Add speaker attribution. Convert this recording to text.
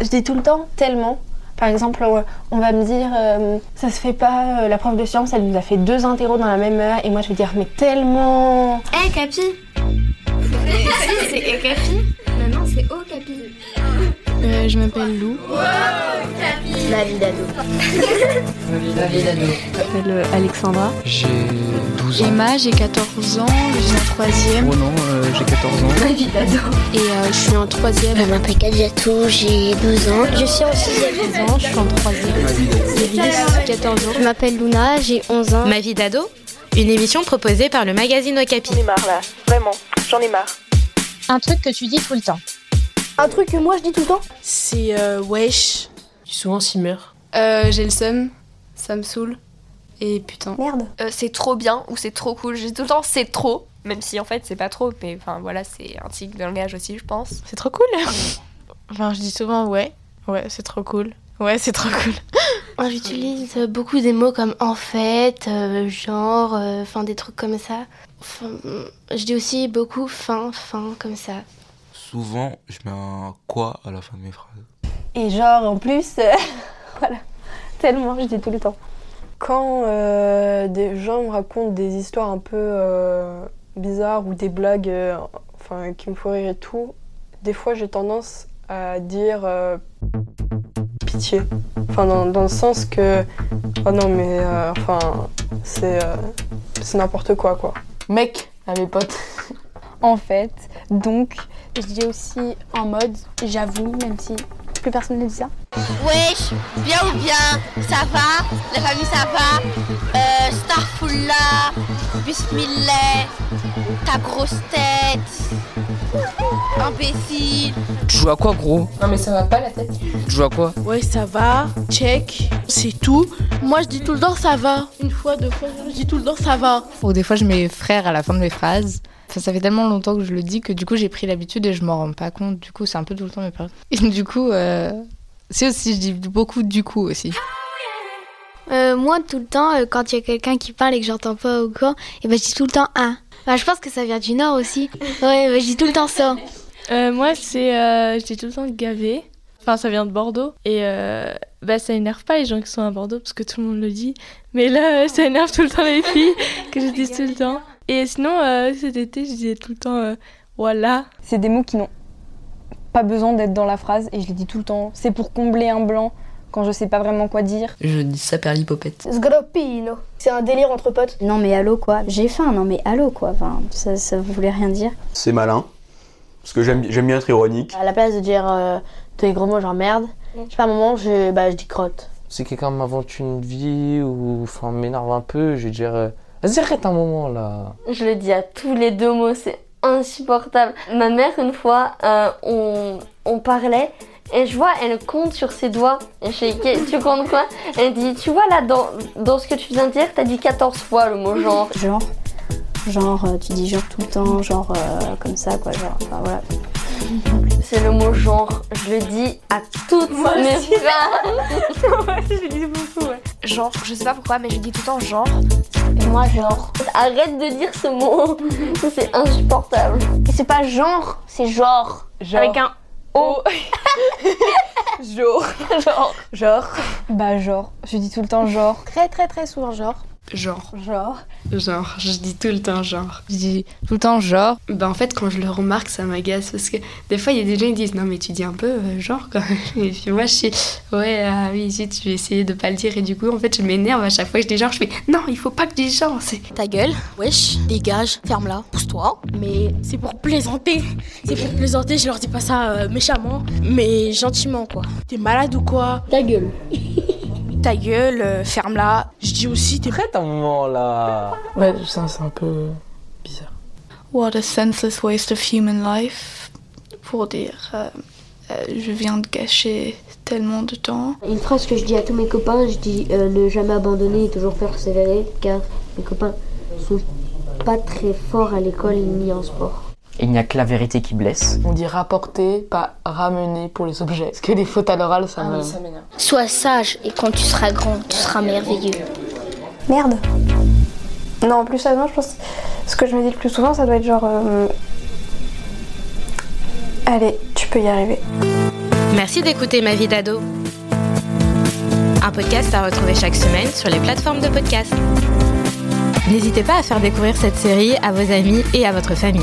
Speaker 1: Je dis tout le temps tellement. Par exemple, euh, on va me dire euh, ça se fait pas, euh, la prof de sciences elle nous a fait deux interros dans la même heure et moi je vais dire mais tellement
Speaker 2: Hé Eh, Capi C'est Capi Maintenant c'est O Capi.
Speaker 3: Euh, je m'appelle Lou.
Speaker 2: La vie d'ado.
Speaker 3: Je m'appelle euh, Alexandra.
Speaker 4: J'ai 12 ans.
Speaker 3: Emma, j'ai 14 ans, je suis en troisième
Speaker 4: Oh non, euh, j'ai 14 ans.
Speaker 2: La vie d'ado.
Speaker 3: et euh, je suis en troisième.
Speaker 5: Je m'appelle Kadjatou, Bah, j'ai 12 ans. Je suis en 6
Speaker 3: 14 ans, je suis en troisième. J'ai 14 ans.
Speaker 5: Je m'appelle Luna, j'ai 11 ans.
Speaker 6: Ma vie d'ado, une émission proposée par le magazine Okapi.
Speaker 7: J'en ai marre là, vraiment, j'en ai marre.
Speaker 8: Un truc que tu dis tout le temps.
Speaker 1: un truc que moi je dis tout le temps.
Speaker 9: C'est euh, wesh. Qui souvent s'y meurt.
Speaker 3: Euh, j'ai le seum, ça me saoule. Et putain.
Speaker 1: Merde.
Speaker 10: Euh, c'est trop bien ou c'est trop cool. J'ai tout le temps c'est trop, même si en fait c'est pas trop, mais enfin voilà, c'est un tic de langage aussi, je pense.
Speaker 9: C'est trop cool. enfin, je dis souvent ouais. Ouais, c'est trop cool. Ouais, c'est trop cool.
Speaker 11: J'utilise euh, beaucoup des mots comme en fait, euh, genre, euh, enfin des trucs comme ça. Enfin, euh, je dis aussi beaucoup fin, fin, comme ça.
Speaker 4: Souvent, je mets un quoi à la fin de mes phrases.
Speaker 1: Et genre en plus, euh, voilà, tellement je dis tout le temps.
Speaker 12: Quand euh, des gens me racontent des histoires un peu euh, bizarres ou des blagues euh, enfin, qui me font rire et tout, des fois j'ai tendance à dire euh, pitié. Enfin, dans, dans le sens que, oh non, mais euh, enfin, c'est euh, c'est n'importe quoi quoi.
Speaker 9: Mec, à mes potes.
Speaker 13: en fait, donc, je dis aussi en mode j'avoue, même si plus personne ne dit ça.
Speaker 5: Wesh, bien ou bien, ça va, la famille ça va, euh, Starfoula, Bismillah, ta grosse tête, imbécile.
Speaker 4: Tu joues à quoi, gros
Speaker 9: Non, mais ça va pas la tête.
Speaker 4: Tu joues à quoi
Speaker 9: Ouais, ça va. Check. C'est tout. Moi, je dis tout le temps ça va. Une fois, deux fois, je dis tout le temps ça va.
Speaker 14: Ou des fois, je mets frère à la fin de mes phrases. Enfin, ça fait tellement longtemps que je le dis que du coup, j'ai pris l'habitude et je m'en rends pas compte. Du coup, c'est un peu tout le temps mes phrases. Et du coup, euh... c'est aussi, je dis beaucoup du coup aussi.
Speaker 5: Euh, moi, tout le temps, euh, quand il y a quelqu'un qui parle et que j'entends pas ou quoi, et ben, je dis tout le temps un. Bah, je pense que ça vient du Nord aussi. Ouais, bah, je dis tout le temps ça.
Speaker 13: Euh, moi, c'est. je dis tout le temps gavé. Enfin, ça vient de Bordeaux. Et bah, ça énerve pas les gens qui sont à Bordeaux parce que tout le monde le dit. Mais là, euh, ça énerve tout le temps les filles que je dis tout le temps. Et sinon, euh, cet été, je disais tout le temps euh, voilà.
Speaker 8: C'est des mots qui n'ont pas besoin d'être dans la phrase et je les dis tout le temps. C'est pour combler un blanc quand je sais pas vraiment quoi dire.
Speaker 9: Je dis ça par l'hypopète.
Speaker 1: Sgropino. C'est un délire entre potes.
Speaker 5: Non, mais allô quoi. J'ai faim, non, mais allô quoi. Enfin, ça, ça voulait rien dire.
Speaker 15: C'est malin. Parce que j'aime j'aime bien être ironique.
Speaker 11: À la place de dire euh, des gros mots genre merde, je sais pas, un moment, je, bah, je dis crotte.
Speaker 16: si quelqu'un m'invente une vie ou enfin m'énerve un peu, je vais dire euh, vas-y arrête un moment là.
Speaker 11: Je le dis à tous les deux mots, c'est insupportable. Ma mère, une fois, euh, on, on parlait et je vois, elle compte sur ses doigts. Et je fais, Qu'est- tu comptes quoi Elle dit, tu vois là, dans, dans ce que tu viens de dire, t'as dit 14 fois le mot genre.
Speaker 5: Genre, genre, euh, tu dis genre tout le temps, genre euh, comme ça quoi. Genre, enfin voilà.
Speaker 11: C'est le mot genre, je le dis à toutes mes phrases.
Speaker 10: Genre, je sais pas pourquoi, mais je dis tout le temps genre.
Speaker 11: Moi, genre. Arrête de dire ce mot, c'est insupportable.
Speaker 5: C'est pas genre, c'est genre.
Speaker 9: Avec un
Speaker 12: Genre.
Speaker 11: Genre.
Speaker 12: Genre.
Speaker 8: Bah genre, je dis tout le temps genre.
Speaker 1: Très très très souvent genre.
Speaker 3: Genre,
Speaker 1: Genre.
Speaker 3: genre, je dis tout le temps genre.
Speaker 14: Je dis tout le temps genre.
Speaker 3: Bah en fait, quand je le remarque, ça m'agace parce que des fois, il y a des gens qui disent non, mais tu dis un peu euh, genre quand même. Et puis moi, je suis ouais, ah oui, zut, je vais essayer de pas le dire. Et du coup, en fait, je m'énerve à chaque fois que je dis genre, je fais non, il faut pas que je dise genre. C'est
Speaker 8: Ta gueule, wesh, dégage, ferme-la, pousse-toi. Mais c'est pour plaisanter. C'est pour plaisanter, je leur dis pas ça euh, méchamment, mais gentiment quoi. T'es malade ou quoi
Speaker 11: Ta gueule.
Speaker 8: Ta gueule, euh, ferme-la. Je dis aussi t'es
Speaker 16: Arrête un moment là.
Speaker 9: Ouais, ça, c'est un peu bizarre.
Speaker 3: What a senseless waste of human life. Pour dire, euh, euh, je viens de gâcher tellement de temps.
Speaker 5: Une phrase que je dis à tous mes copains, je dis euh, ne jamais abandonner et toujours persévérer, car mes copains sont pas très forts à l'école ni en sport.
Speaker 9: Il n'y a que la vérité qui blesse. On dit rapporter, pas ramener pour les objets. Parce que les fautes à l'oral,
Speaker 5: Ah
Speaker 9: ça me.
Speaker 5: Sois sage et quand tu seras grand, tu seras merveilleux.
Speaker 1: Merde. Non, en plus sérieusement, je pense ce que je me dis le plus souvent, ça doit être genre euh, allez, tu peux y arriver.
Speaker 6: Merci d'écouter Ma vie d'ado. Un podcast à retrouver chaque semaine sur les plateformes de podcast. N'hésitez pas à faire découvrir cette série à vos amis et à votre famille.